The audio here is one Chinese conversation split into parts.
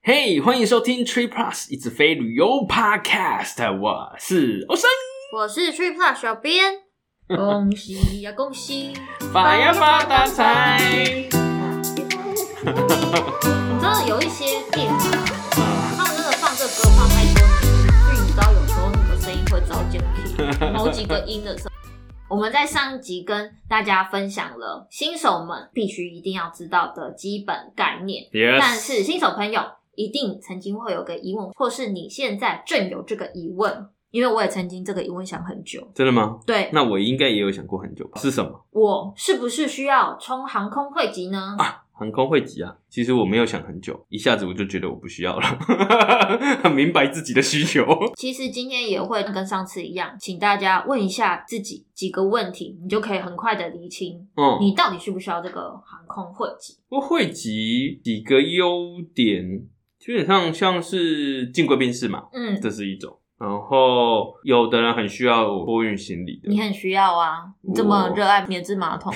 嘿欢迎收听 Tree Plus 一直飞旅游 Podcast，我是欧森，我是 Tree Plus 小编，恭喜呀恭喜！发呀发大财。你知道有一些店啊，他们真的放这歌放太多年，所以你知道有时候那个声音会遭警 惕，某几个音的时候。我们在上一集跟大家分享了新手们必须一定要知道的基本概念，Yes，但是新手朋友一定曾经会有个疑问，或是你现在正有这个疑问，因为我也曾经这个疑问想很久。真的吗？对，那我应该也有想过很久，是什么？我是不是需要冲航空会籍呢？航空会籍啊，其实我没有想很久，一下子我就觉得我不需要了， 很明白自己的需求。其实今天也会跟上次一样，请大家问一下自己几个问题，你就可以很快的厘清嗯，你到底需不需要这个航空会籍。我会籍几个优点，基本上像是进贵宾室嘛，嗯，这是一种。然后有的人很需要托运行李的，你很需要啊，你这么热爱免治马桶，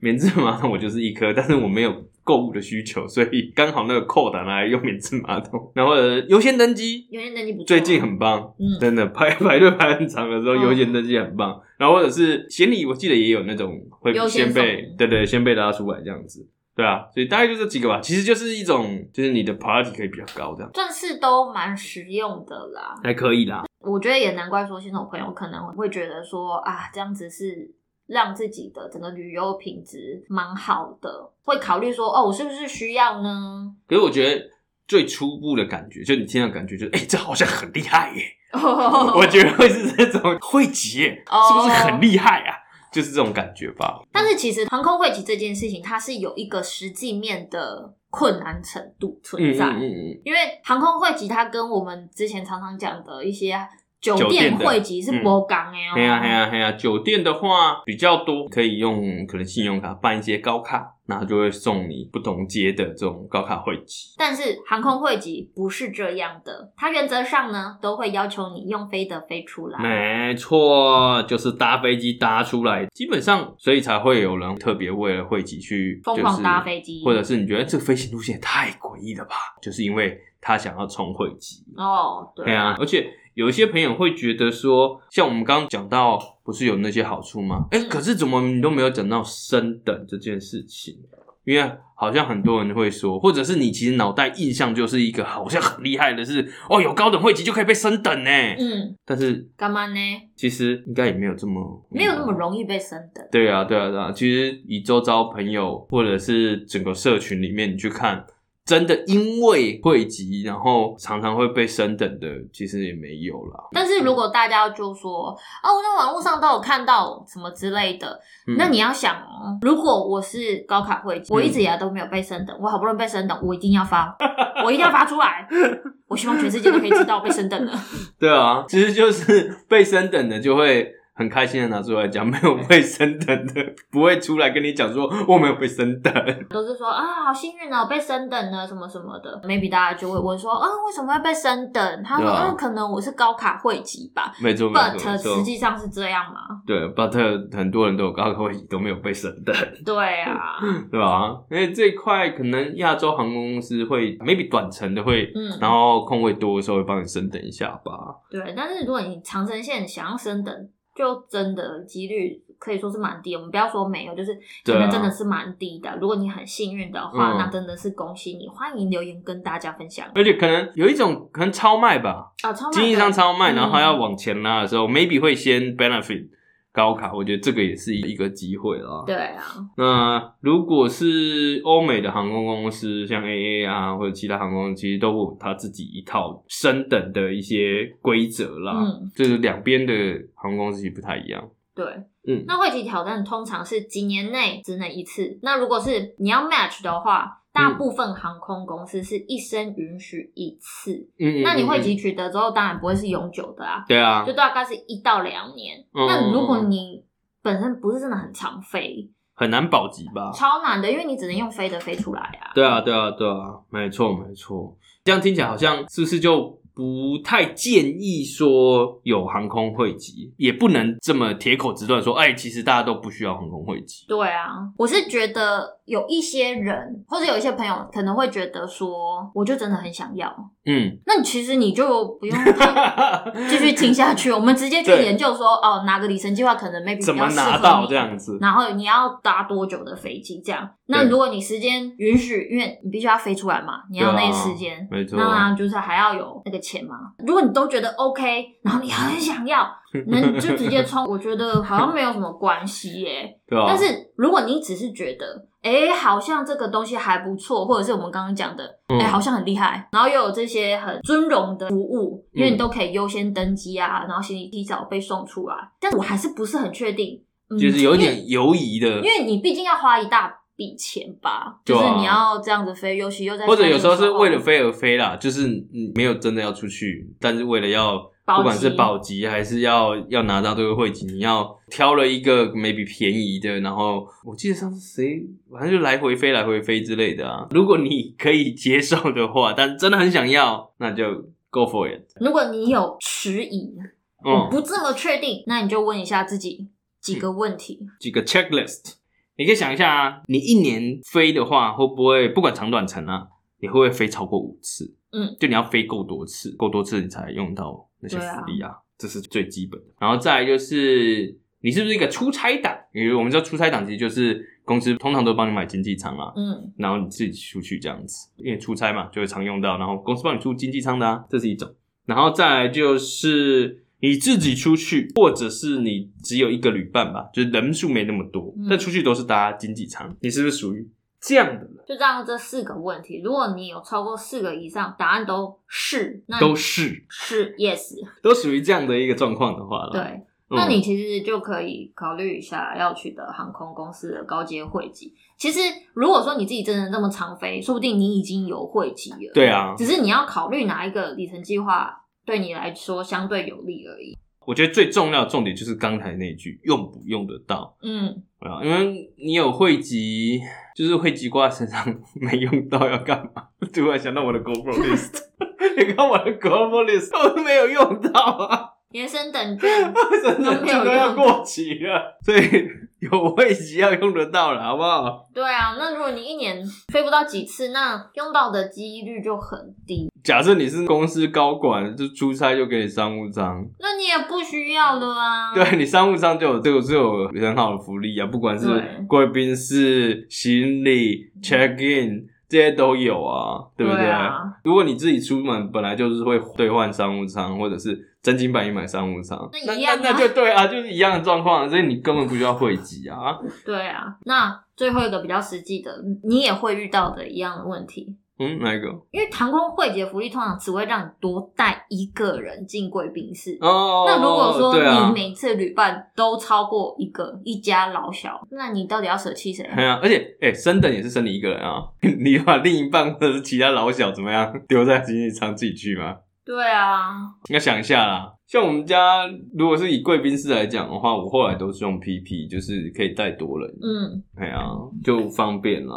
免治马桶我就是一颗，但是我没有购物的需求，所以刚好那个扣打拿来用免治马桶。 然后呃优先登机有点能力不错。啊最近很棒，嗯真的 排排队排很长的时候，嗯优先登机很棒。然后或者是行李，我记得也有那种会优先先被送对对先被拉出来这样子，对啊，所以大概就这几个吧。其实就是一种就是你的 priority 可以比较高这样，算是都蛮实用的啦。还可以啦。我觉得也难怪说新手朋友可能会觉得说啊，这样子是让自己的整个旅游品质蛮好的，会考虑说哦，我是不是需要呢？ 可是我觉得最初步的感觉，就你听到的感觉就是，哎、这好像很厉害耶。 我觉得会是这种 会集耶，哦是不是很厉害啊？就是这种感觉吧。但是其实航空会籍这件事情，它是有一个实际面的困难程度存在，嗯因为航空会籍它跟我们之前常常讲的一些酒酒店店的会籍是嗯不港的哦。嘿呀嘿呀嘿呀！酒店的话比较多，可以用可能信用卡办一些高卡，然后就会送你不同街的这种高卡会集。但是航空会籍不是这样的，它原则上呢都会要求你用飞的飞出来。没错，就是搭飞机搭出来，基本上所以才会有人特别为了会集去疯狂搭飞机就是或者是你觉得这个飞行路线也太诡异了吧？就是因为他想要冲会集。哦，对对啊，而且有一些朋友会觉得说，像我们刚刚讲到，不是有那些好处吗？哎、嗯可是怎么你都没有讲到升等这件事情？因为好像很多人会说，或者是你其实脑袋印象就是一个好像很厉害的是，哦，有高等会籍就可以被升等呢。嗯，但是干嘛呢？其实应该也没有这么没有那么易。容易被升等。对啊，对啊，对啊。其实以周遭朋友或者是整个社群里面，你去看，真的因为汇集，然后常常会被升等的，其实也没有啦。但是如果大家就说哦，那网络上都有看到什么之类的，嗯那你要想哦，如果我是高卡会籍，我一直以来都没有被升等，我好不容易被升等，我一定要发， 我一定要发出来，我希望全世界都可以知道我被升等了。 对啊，其实就是被升等的就会。很开心的拿出来讲，没有被升等的 不会出来跟你讲说我没有被升等，都是说啊，好幸运哦，被升等了什么什么的。maybe 大家就会问说，啊，为什么会被升等？他说，对啊嗯，可能我是高卡会籍吧。 没啊错没错没 But 实错，际上是这样吗？对，but 很多人都有高考会都没有被升等，对啊，对吧？ 因为这一块可能亚洲航空公司会 maybe 短程的会嗯，然后空位多的时候会帮你升等一下吧。对，但是如果你长城线想要升等，就真的几率可以说是蛮低。我们不要说没有，就是可对啊能真的是蛮低的。如果你很幸运的话，嗯那真的是恭喜你，欢迎留言跟大家分享而且可能有一种可能超卖吧，啊。超经济上超卖，嗯然后他要往前拉的时候、m a y b e 会先 benefit 高卡，我觉得这个也是一个机会啦。对啊，那如果是欧美的航空公司，像 AA 啊或者其他航空，其实都有它自己一套升等的一些规则啦。嗯，就是两边的航空公司其实不太一样。对，嗯那会籍挑战通常是几年内只能一次。那如果是你要 match 的话，大嗯部分航空公司是一生允许一次。嗯，嗯那你会嗯籍取得之后，当然不会是永久的啊，对啊就，大概是一到两年。嗯那如果你本身不是真的很常飞，很难保级吧？超难的，因为你只能用飞的飞出来啊。对啊，对啊，对啊，没错，没错。这样听起来好像是不是就不太建议说有航空会籍，也不能这么铁口直断说，哎，其实大家都不需要航空会籍。对啊，我是觉得有一些人或者有一些朋友可能会觉得说，我就真的很想要。嗯， 那你其实你就不用太继续听下去，我们直接去对研究说，哦，哪个里程计划可能 maybe 怎么比较适合拿到你这样子？然后你要搭多久的飞机？这样，那对如果你时间允许，因为你必须要飞出来嘛，你要啊有那个时间，没错，那就是还要有那个钱嘛。如果你都觉得 OK，然后你很 想要，那你就直接冲，我觉得好像没有什么关系耶。对啊吧？但是如果你只是觉得，哎、好像这个东西还不错，或者是我们刚刚讲的，哎、嗯好像很厉害，然后又有这些很尊荣的服务，嗯因为你都可以优先登机啊，然后行李提早被送出来，但我还是不是很确定。嗯就是有一因为点犹疑的因，为你毕竟要花一大笔钱吧，对就啊是你要这样子飞，尤其又在或者夏天有的时候是为了飞而飞啦，就是嗯没有真的要出去，但是为了要。保级不管是保级还是要要拿到这个会籍，你要挑了一个 maybe 便宜的，然后我记得上次谁反正就来回飞来回飞之类的啊。如果你可以接受的话，但真的很想要，那就 go for it。如果你有迟疑，嗯，我不这么确定，那你就问一下自己几个问题。几个 checklist，你可以想一下啊，你一年飞的话，会不会不管长短程啊，你会不会飞超过五次？嗯，就你要飞够多次，够多次你才用到那些对啊福利啊，这是最基本的。然后再来就是你是不是一个出差党？因为我们知道出差党其实就是公司通常都帮你买经济舱啊，嗯，然后你自己出去这样子，因为出差嘛就会常用到，然后公司帮你出经济舱的啊，这是一种。然后再来就是你自己出去，或者是你只有一个旅伴吧，就是人数没那么多，嗯但出去都是搭经济舱，你是不是属于这样的人？就这样这四个问题，如果你有超过四个以上，答案都是，那你都是是 yes，都属于这样的一个状况的话了。对。嗯，那你其实就可以考虑一下要去的航空公司的高阶会籍。其实，如果说你自己真的那么常飞，说不定你已经有会籍了。对啊，只是你要考虑哪一个里程计划对你来说相对有利而已。我觉得最重要的重点就是刚才那句用不用得到。嗯，啊，因为你有汇集，就是汇集挂在身上 没用到要干嘛？ 突然想到我的 GoPro list，你 看我的 GoPro list 我都没有用到啊， 人生等距，真的就都要过期了，所以有汇集要用得到了，好不好？对啊。那如果你一年飞不到几次，那用到的几率就很低。假设你是公司高管，就出差就给你商务舱，那你也不需要了 啊。对你商务舱就有就有就有很好的福利啊，不管是对贵宾室、行李、check in 这些都有啊，对不对？对啊如果你自己出门本来就是会兑换商务舱，或者是真金白银买商务舱，那那一样啊那那就对啊，就是一样的状况，所以你根本不需要汇集啊。对啊。那最后一个比较实际的，你也会遇到的一样的问题。嗯，哪一个？因为航空会籍的福利通常只会让你多带一个人进贵宾室，哦，那如果说对啊你，每次旅伴都超过一个一家老小，那你到底要 舍弃谁？哎呀、而且哎、升等也是升你一个人啊，你把另一半或者是其他老小怎么样丢在行李舱自己去吗？对啊，要想一下啦。像我们家如果是以贵宾室来讲的话，我后来都是用 PP，就是可以带多人，嗯，哎呀、就方便啦。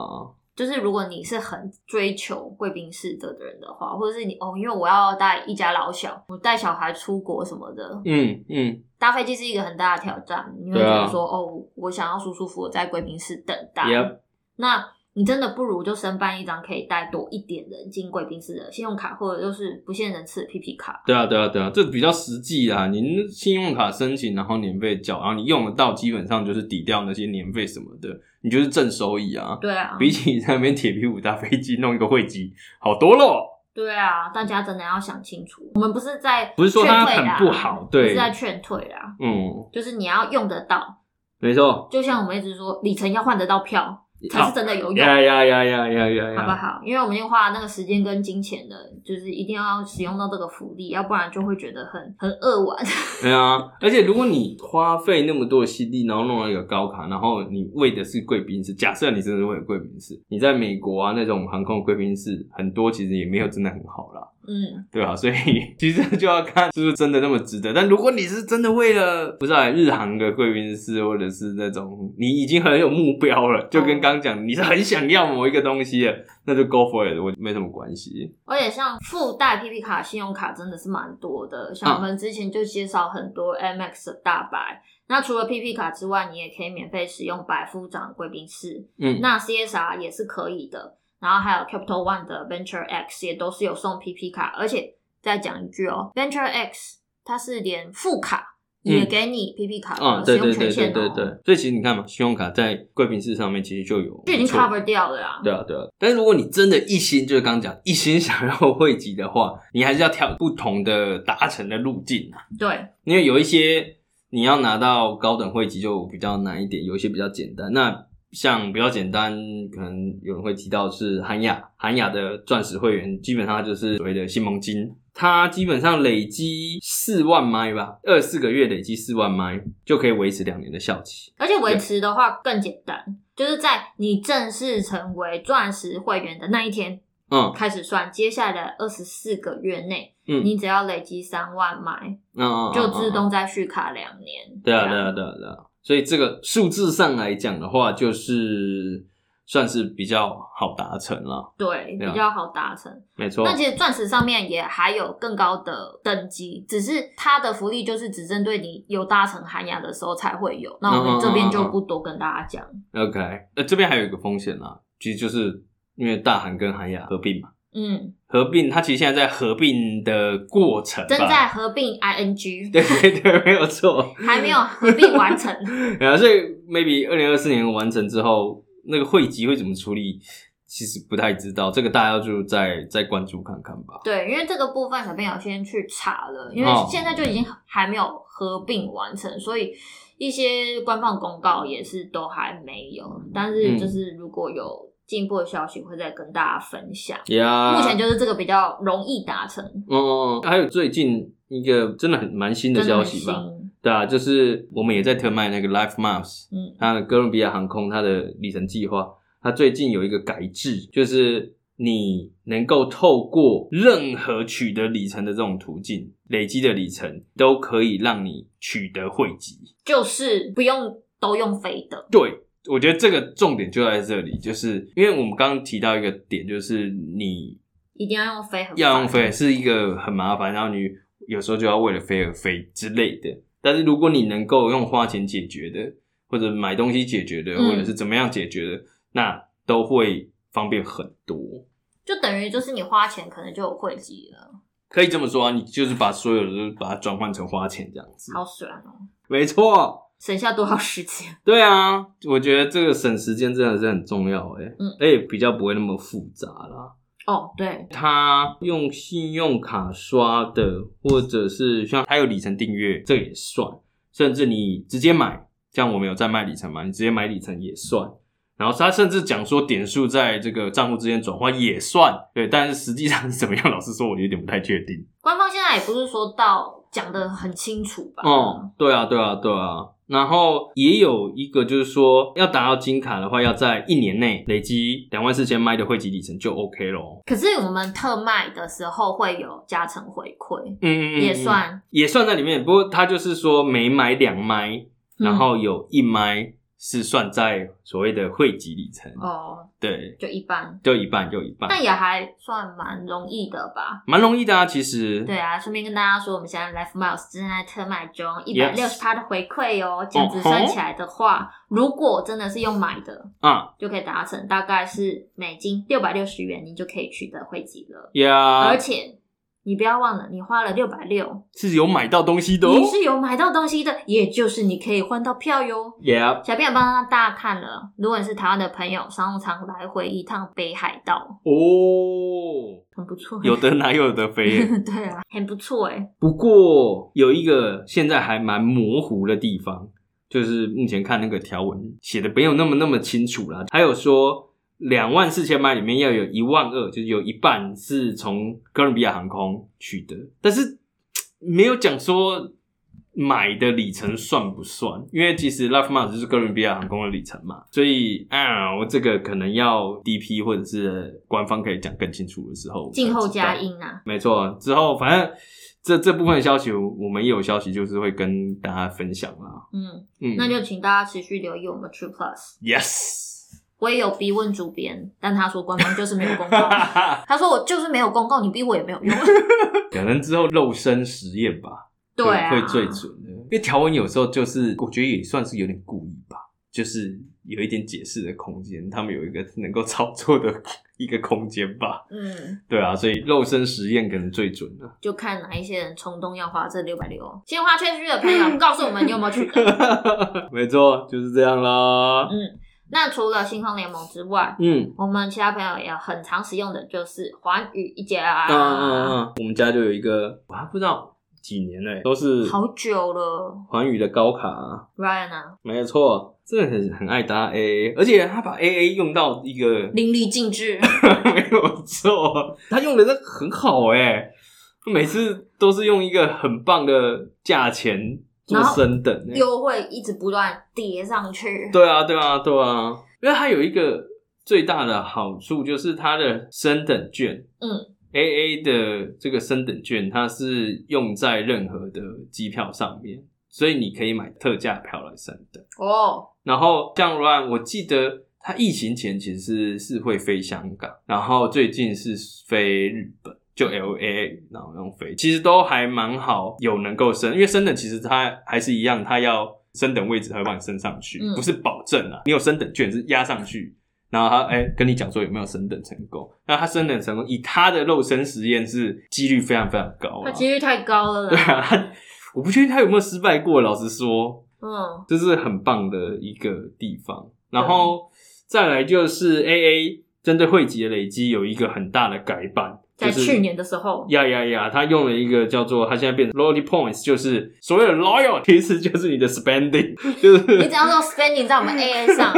就是如果你是很追求贵宾室的人的话，或者是你哦，因为我要带一家老小，我带小孩出国什么的，嗯嗯，搭飞机是一个很大的挑战。你会对觉啊得说、哦，我想要舒舒服服地在贵宾室等待。 Yep 那你真的不如就申办一张可以带多一点人进贵宾室的信用卡，或者就是不限人次的 PP 卡。对啊对啊对啊，这比较实际啦。您信用卡申请，然后年费缴，然后你用得到，基本上就是抵掉那些年费什么的，你就是正收益啊。对啊，比起在那边铁皮舞搭飞机弄一个会籍，好多咯。对啊，大家真的要想清楚，我们不是在不是说它劝退啦很不好对不是在劝退啦，嗯，就是你要用得到。没错。就像我们一直说，里程要换得到票，才是真的有用，呀呀呀呀呀呀好不呀！好？因为我们已经花了那个时间跟金钱的，就是一定要使用到这个福利，要不然就会觉得很很扼腕。 对啊，而且如果你花费那么多的心力，然后弄了一个高卡，然后你为的是贵宾室，假设你真的为了贵宾室，你在美国啊那种航空贵宾室，很多其实也没有真的很好啦。嗯，对吧、所以 其实就要看是不是真的那么值得。但如果你是真的为了不知道日航的贵宾室，或者是那种你已经很有目标了，就嗯跟刚讲你是很想要某一个东西了，那就 go for it，我没什么关系。而且像附带 PP 卡、信用卡真的是蛮多的，像我们之前就介绍很多 MX 的大白。那除了 PP 卡之外，你也可以免费使用百夫长贵宾室，嗯，那 CSR 也是可以的。然后还有 Capital One 的 Venture X 也都是有送 PP 卡，而且再讲一句哦，Venture X 它是连副卡也嗯给你 PP 卡啊、的使对对用权对对限对哦，对，所以其实你看嘛，信用卡在贵宾室上面其实就有，就已经不错 cover 掉了啦。对啊，对啊。但是如果你真的一心就是刚讲一心想要汇集的话，你还是要挑不同的达成的路径啊，对，因为有一些你要拿到高等汇集就比较难一点，有一些比较简单。那像比较简单，可能有人会提到是韩雅，韩雅的钻石会员基本上它就是所谓的信盟金，它基本上累积四万麦吧，二四个月累积四万麦就可以维持两年的效期。而且维持的话更简单，就是在你正式成为钻石会员的那一天嗯开始算，接下来的二十四个月内，嗯，你只要累积三万买，嗯嗯嗯就嗯自嗯动再续卡两年。对啊，这对样啊，对啊，对啊。所以这个数字上来讲的话，就是算是比较好达成了，对，对啊比较好达成。没错。那其实钻石上面也还有更高的等级，只是它的福利就是只针对你有搭乘韩雅的时候才会有。那我们这边就不多跟大家讲。 OK，呃，这边还有一个风险啦，其实就是因为大韩跟韩亚合并嘛，嗯，合并它其实现在在合并的过程吧，正在合并 ING，对 对对，没有错。还没有合并 完成。 然后所以 maybe 二零二四年完成之后，那个汇集会怎么处理，其实不太知道，这个大家就再再关注看看吧。对，因为这个部分小朋友先去查了，因为哦现在就已经还没有合并完成，所以一些官方公告也是都还没有。但是就是如果有进一步的消息，会再跟大家分享。呀、目前就是这个比较容易达成，哦，还有最近一个真的很蛮新的真的消很息新。吧？对啊，就是我们也在特卖那个 Life Miles，嗯，它的哥伦比亚航空它的里程计划，它最近有一个改制，就是你能够透过任何取得里程的这种途径，累积的里程都可以让你取得汇集。就是不用都用飞的，对，我觉得这个重点就在这里，就是因为我们刚刚提到一个点，就是你一定要用飞很要用烦飞是一个很麻烦，然后你有时候就要为了飞而飞之类的。但是如果你能够用花钱解决的，或者买东西解决的，嗯或者是怎么样解决的，那都会方便很多。就等于就是你花钱可能就有汇集了，可以这么说啊，你就是把所有的都把它转换成花钱这样子，好爽哦，没错。省下多少时间？ 对啊，我觉得这个省时间真的是很重要诶、嗯而且比较不会那么复杂啦。哦，对，他用信用卡刷的，或者是像还有里程订阅，这也算，甚至你直接买，像我们有在卖里程嘛，你直接买里程也算。然后他甚至讲说点数在这个账户之间转换也算，对，但是实际上是怎么样，老实说我有点不太确定。官方现在也不是说到讲的很清楚吧？ 哦，对啊，对啊，对啊。然后也有一个就是说，要达到金卡的话，要在一年内累积两万四千麦的汇集里程就 OK 咯。可是我们特卖的时候会有加成回馈，嗯，嗯嗯嗯也算，也算在里面，不过他就是说每买两麦，嗯然后有一麦是算在所谓的汇集里程，哦，对，就一般，就一半就一半，但也还算蛮容易的吧。蛮容易的啊，其实。对啊，顺便跟大家说，我们现在 Life Miles 正在特卖中，一百六十趴的回馈哦。这样子算起来的话，如果真的是用买的，啊就可以达成，大概是美金六百六十元，你就可以取得汇集了。而呀，且你不要忘了，你花了六百六，是有买到东西的哦你。是有买到东西的，也就是你可以换到票哟。 Yeah，小编也帮大家看了，如果你是台湾的朋友，商务舱来回一趟北海道，哦，很不错。有得拿又有得飞 耶。 对啊，很不错哎。不过有一个现在还蛮模糊的地方，就是目前看那个条文写的没有那么那么清楚啦。还有说两万四千麦里面要有一万二，就是有一半是从哥伦比亚航空取得，但是嘖没有讲说买的里程算不算？因为其实 Life Mart 就是哥伦比亚航空的里程嘛，所以啊，我这个可能要 DP 或者是官方可以讲更清楚的时候，静候佳音。音啊。没错，之后反正这这部分的消息，我们也有消息，就是会跟大家分享啦。嗯，嗯，那就请大家持续留意我们 True Plus。 yes， 我也有逼问主编，但他说官方就是没有公 告。他说我就是没有公告，你逼我也没有用。可能之后肉身实验吧，对啊，会会最准的。因为条文有时候就是，我觉得也算是有点故意吧，就是有一点解释的空间，他们有一个能够操作的一个空间吧。嗯，对啊，所以肉身实验可能最准了。就看哪一些人冲动要花这六百六。先花圈区的朋友，告诉我们你有没有去过？ 没错，就是这样啦。嗯，那除了星空联盟之外，嗯。我们其他朋友也很常使用的就是环宇一家。嗯嗯嗯，我们家就有一个，我还不知道几年嘞、都是好久了环宇的高卡、 ，Ryan 啊，没错，真的很很爱搭 AA，而且他把 AA 用到一个淋漓尽致。没有错，他用的那个很好哎、每次都是用一个很棒的价钱做升等、欸，又会一直不断叠上去。对啊对啊对啊，因为它有一个最大的好处就是它的升等券，嗯。 A A 的这个升等券，它是用在任何的机票上面，所以你可以买特价票来升等。哦，然后像 Ryan，我记得他疫情前其实是是会飞香港，然后最近是飞日本，就 L A，然后用飞，其实都还蛮好，有能够升，因为升等其实它还是一样，它要升等位置才会帮你升上去，嗯不是保证啊，你有升等券是压上去。然后他哎、跟你讲说有没有升等成功？那他升等成功，以他的肉身实验是几率非常非常高它啊。几率太高了对啦。啊，他我不确定他有没有失败过。老实说，嗯，这是很棒的一个地方。然后再来就是 AA 针对汇集的累积有一个很大的改版，在就是去年的时候，呀呀呀，他用了一个叫做他现在变成 loyalty points，就是所有的 loyal 其实就是你的 spending，就你是只要用 spending 在我 们 AA 上，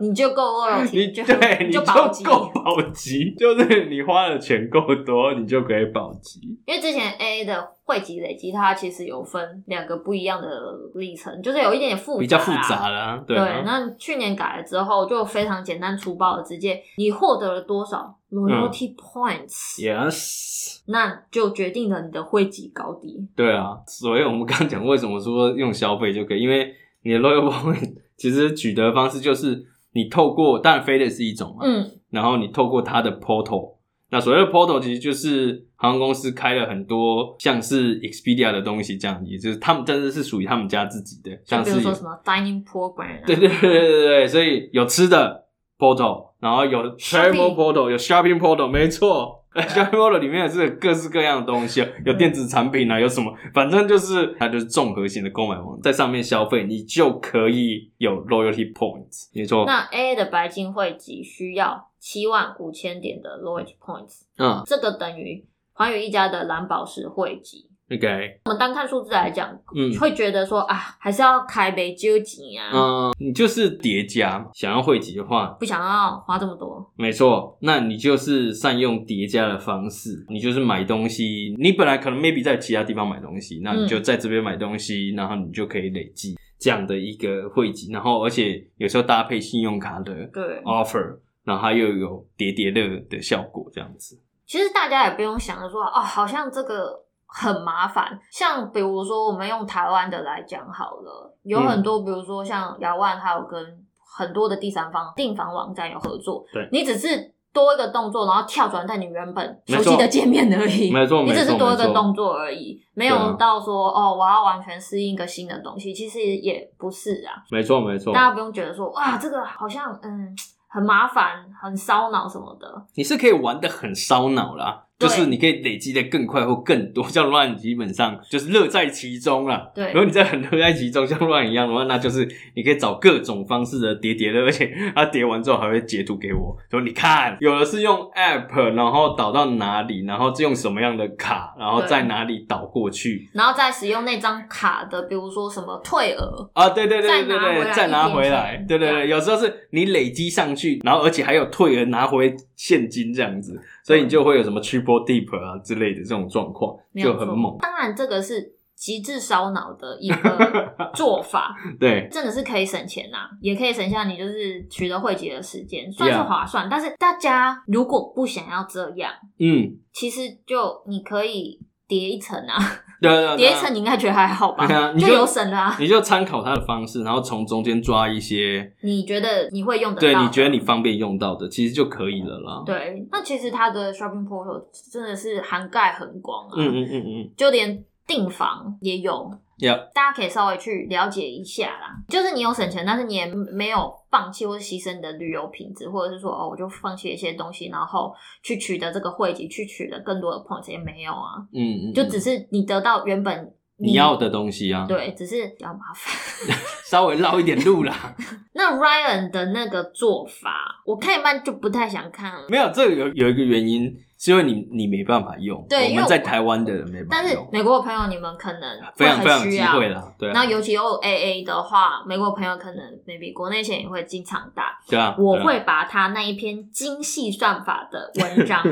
你就够 loyalty，你你就对你你就保级。够保级，就是你花的钱够多，你就可以保级。因为之前 AA 的汇集累积，它其实有分两个不一样的里程，就是有一点点复杂啦比较复杂啦，对对啊，那去年改了之后，就非常简单粗暴的，直接你获得了多少嗯 loyalty points，、 yes。那就决定了你的汇集高低。对啊，所以我们刚刚讲为什么说用消费就可以，因为你的 loyal point 其实取得方式就是你透过，当然飞的是一种嘛，嗯，然后你透过它的 portal，那所谓的 portal 其实就是航空公司开了很多像是 Expedia 的东西，这样，也就是他们真的是属于他们家自己的，就像比是如说有什么 dining program 啊， 对对对对对对，所以有吃的 portal，然后有 travel Shopping portal，有 shopping portal，没 错。shopping portal 里面也是有各式各样的东西，哦有电嗯子产品啊，有什么，反正就是它就是综合型的购买网，在上面消费，你就可以有 loyalty points，没错。那 A A 的白金会籍需要七万五千点的 loyalty points，嗯这个等于环宇一家的蓝宝石会籍。 ，OK，我们单看数字来讲，嗯会觉得说啊，还是要开杯纠结啊，嗯，你就是叠加，想要汇集的话，不想要花这么多。没错，那你就是善用叠加的方式，你就是买东西，你本来可能 maybe 在其他地方买东西，那你就在这边买东西，然后你就可以累积这样的一个汇集，然后而且有时候搭配信用卡的对， offer，然后它又有叠叠乐的效果，这样子。其实大家也不用想着说哦，好像这个很麻烦。像比如说，我们用台湾的来讲好了，有嗯很多，比如说像雅万，还有跟很多的第三方订房网站有合作。对你只是多一个动作，然后跳转在你原本没熟错悉的界面而已。没错你只没错是多一没个错动作而已，没对啊有到说哦，我要完全适应一个新的东西。其实也不是啊，没错，没错大家不用觉得说哇，这个好像嗯很麻烦、很烧脑什么的。你是可以玩的很烧脑啦，就对是你可以累积的更快或更多， 像乱基本上就是乐在其中啦。对如果你在很乐在其中，像乱一样的话，那就是你可以找各种方式的叠叠乐，而且它叠完之后还会截图给我，说你看，有的是用 app，然后导到哪里，然后是用什么样的卡，然后对在哪里导过去。然后再使用那张卡的，比如说什么退额，啊，对对对对再拿回对，来再拿回一来点，钱对对这对，有时候是你累积上去，然后而且还有退而拿回现金这样子，所以你就会有什么 triple deep 啊之类的这种状况，没有就错很猛。当然这个是极致烧脑的一 个做法，对，真的是可以省钱呐、啊也可以省下你就是取得汇集的时间，算是划算。但是大家如果不想要这样，嗯，其实就你可以叠一层啊， 对啊对啊对叠一啊层你应该觉得还好吧对啊？你就就有省了啊。你就参考他的方式，然后从中间抓一些，你觉得你会用得到？对，你觉得你方便用到的，其实就可以了啦。对，那其实它的 shopping portal 真的是涵盖很广啊，嗯嗯嗯嗯，就连订房也有，要、大家可以稍微去了解一下啦。就是你有省钱，但是你也没有放弃或是牺牲你的旅游品质，或者是说哦，我就放弃一些东西，然后去取得这个汇集，去取得更多的 points 也没有啊，嗯嗯，就只是你得到原本你要的东西啊，，对，只是比较麻烦。 稍微绕一点路啦。 那 Ryan 的那个做法，我看一半就不太想看了。没有，这个有有一个原因，是因为你你没办法用，对我因为们我在台湾的人没办但法是用，美国的朋友，你们可能非会常非常很有需机要，会啦，对然啊，后尤其有 AA 的话，美国朋友可能 maybe 国内线也会经常打。对啊，我对啊会把他那一篇精细算法的 文章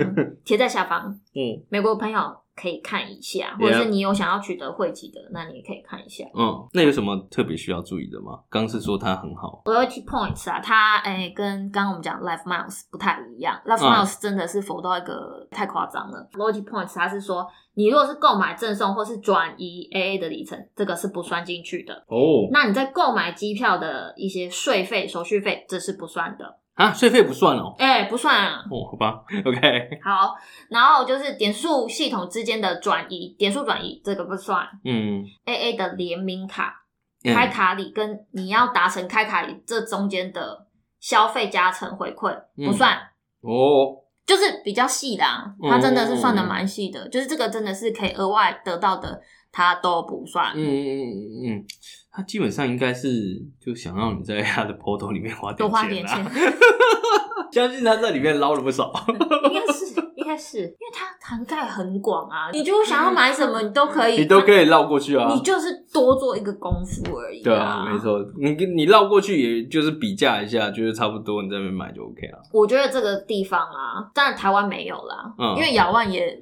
贴在下方，嗯美国朋友可以看一下， Yeah 或者是你有想要取得汇集的，那你也可以看一下。嗯，那有什么特别需要注意的吗？刚是说它很好， Loyalty points 啊，它诶、跟刚刚我们讲 Life Miles 不太一样，Life 嗯 Miles 真的是否到一个太夸张了。Loyalty points 它是说，你如果是购买赠送或是转移 AA 的里程，这个是不算进去的。哦，那你在购买机票的一些税费、手续费，这是不算的。啊，税费不算哦，哎、不算啊。哦，好吧，OK，好，然后就是点数系统之间的转移，点数转移这个不算。嗯， A A 的联名卡、嗯开卡礼跟你要达成开卡礼这中间的消费加成回馈嗯不算。哦，就是比较细的、啊，嗯它真的是算的蛮细的，就是这个真的是可以额外得到的，它都不算。嗯嗯嗯嗯嗯，他基本上应该是就想让你在他的 portal 里面花点多啊花点钱啦，， 相信他在里面捞了不少。 应该是，应该是，因为它涵盖很广啊，你就想要买什么，你都可以，嗯你都可以绕过去啊。你就是多做一个功夫而已、对啊，没。错，你跟你绕过去，也就是比价一下，觉得差不多，你在那边买就 OK 了。我觉得这个地方啊，当然台湾没有啦，嗯因为亚万也，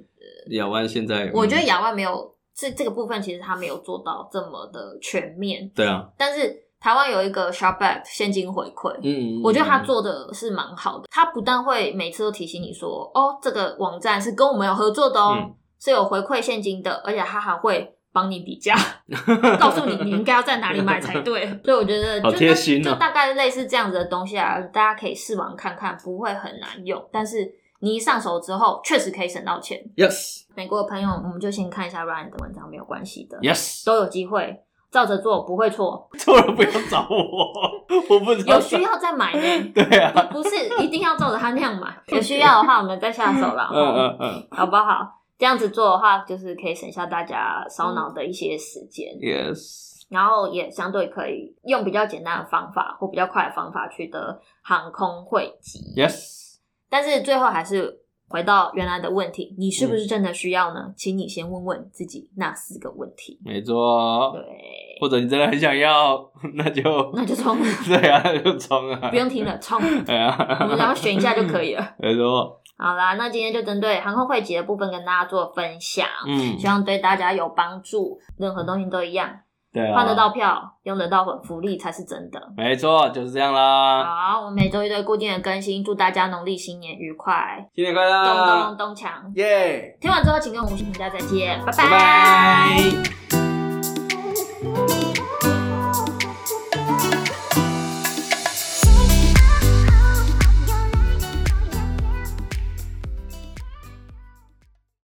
亚湾现在，我觉得嗯亚万没有这这个部分，其实它没有做到这么的全面。对啊，但是台湾有一个 Shop Back 现金回馈，嗯，我觉得他嗯做的是蛮好的，他不但会每次都提醒你说，哦，这个网站是跟我们有合作的哦，嗯是有回馈现金的，而且他还会帮你比价，嗯 告 诉你你应该要在哪里买才对。 所以我觉得就好贴心哦就大概类似这样子的东西啊，大家可以试玩看看，不会很难用，但是你一上手之后，确实可以省到钱。 yes 美国的朋友，我们就先看一下 Ryan 的文章，没有关系的， yes，都有机会，照着做不会错，错了不要找我， 我不知道有需要再买呢。 对啊，不是一定要照着他那 样买，有需要的话我们再下手啦，嗯嗯嗯好不好？这样子做的话，就是可以省下大家烧脑的一些时间， ，yes，然后也相对可以用比较简单的方法或比较快的方法取得航空汇集。 yes，但是最后还是回到原来的问题，你是不是真的需要呢？请你先问问自己那四个问题。没错，对，或者你真的很想要， 那就那就冲， 对啊，那就冲啊， 不用听了，冲， 对啊，我们然后选一下就可以了。 没错，好啦，那今天就针对航空汇集的部分跟大家做分享，嗯希，望对大家有帮助。任何东西都一样，对啊，换得到，票，用得到福利才是真的。没错，就是这样啦，好，我们每周一对固定的更新，祝大家农历新年愉快，新年快咚乐咚，咚锵！耶，听完之后，请跟我们五星评价再见，拜拜拜。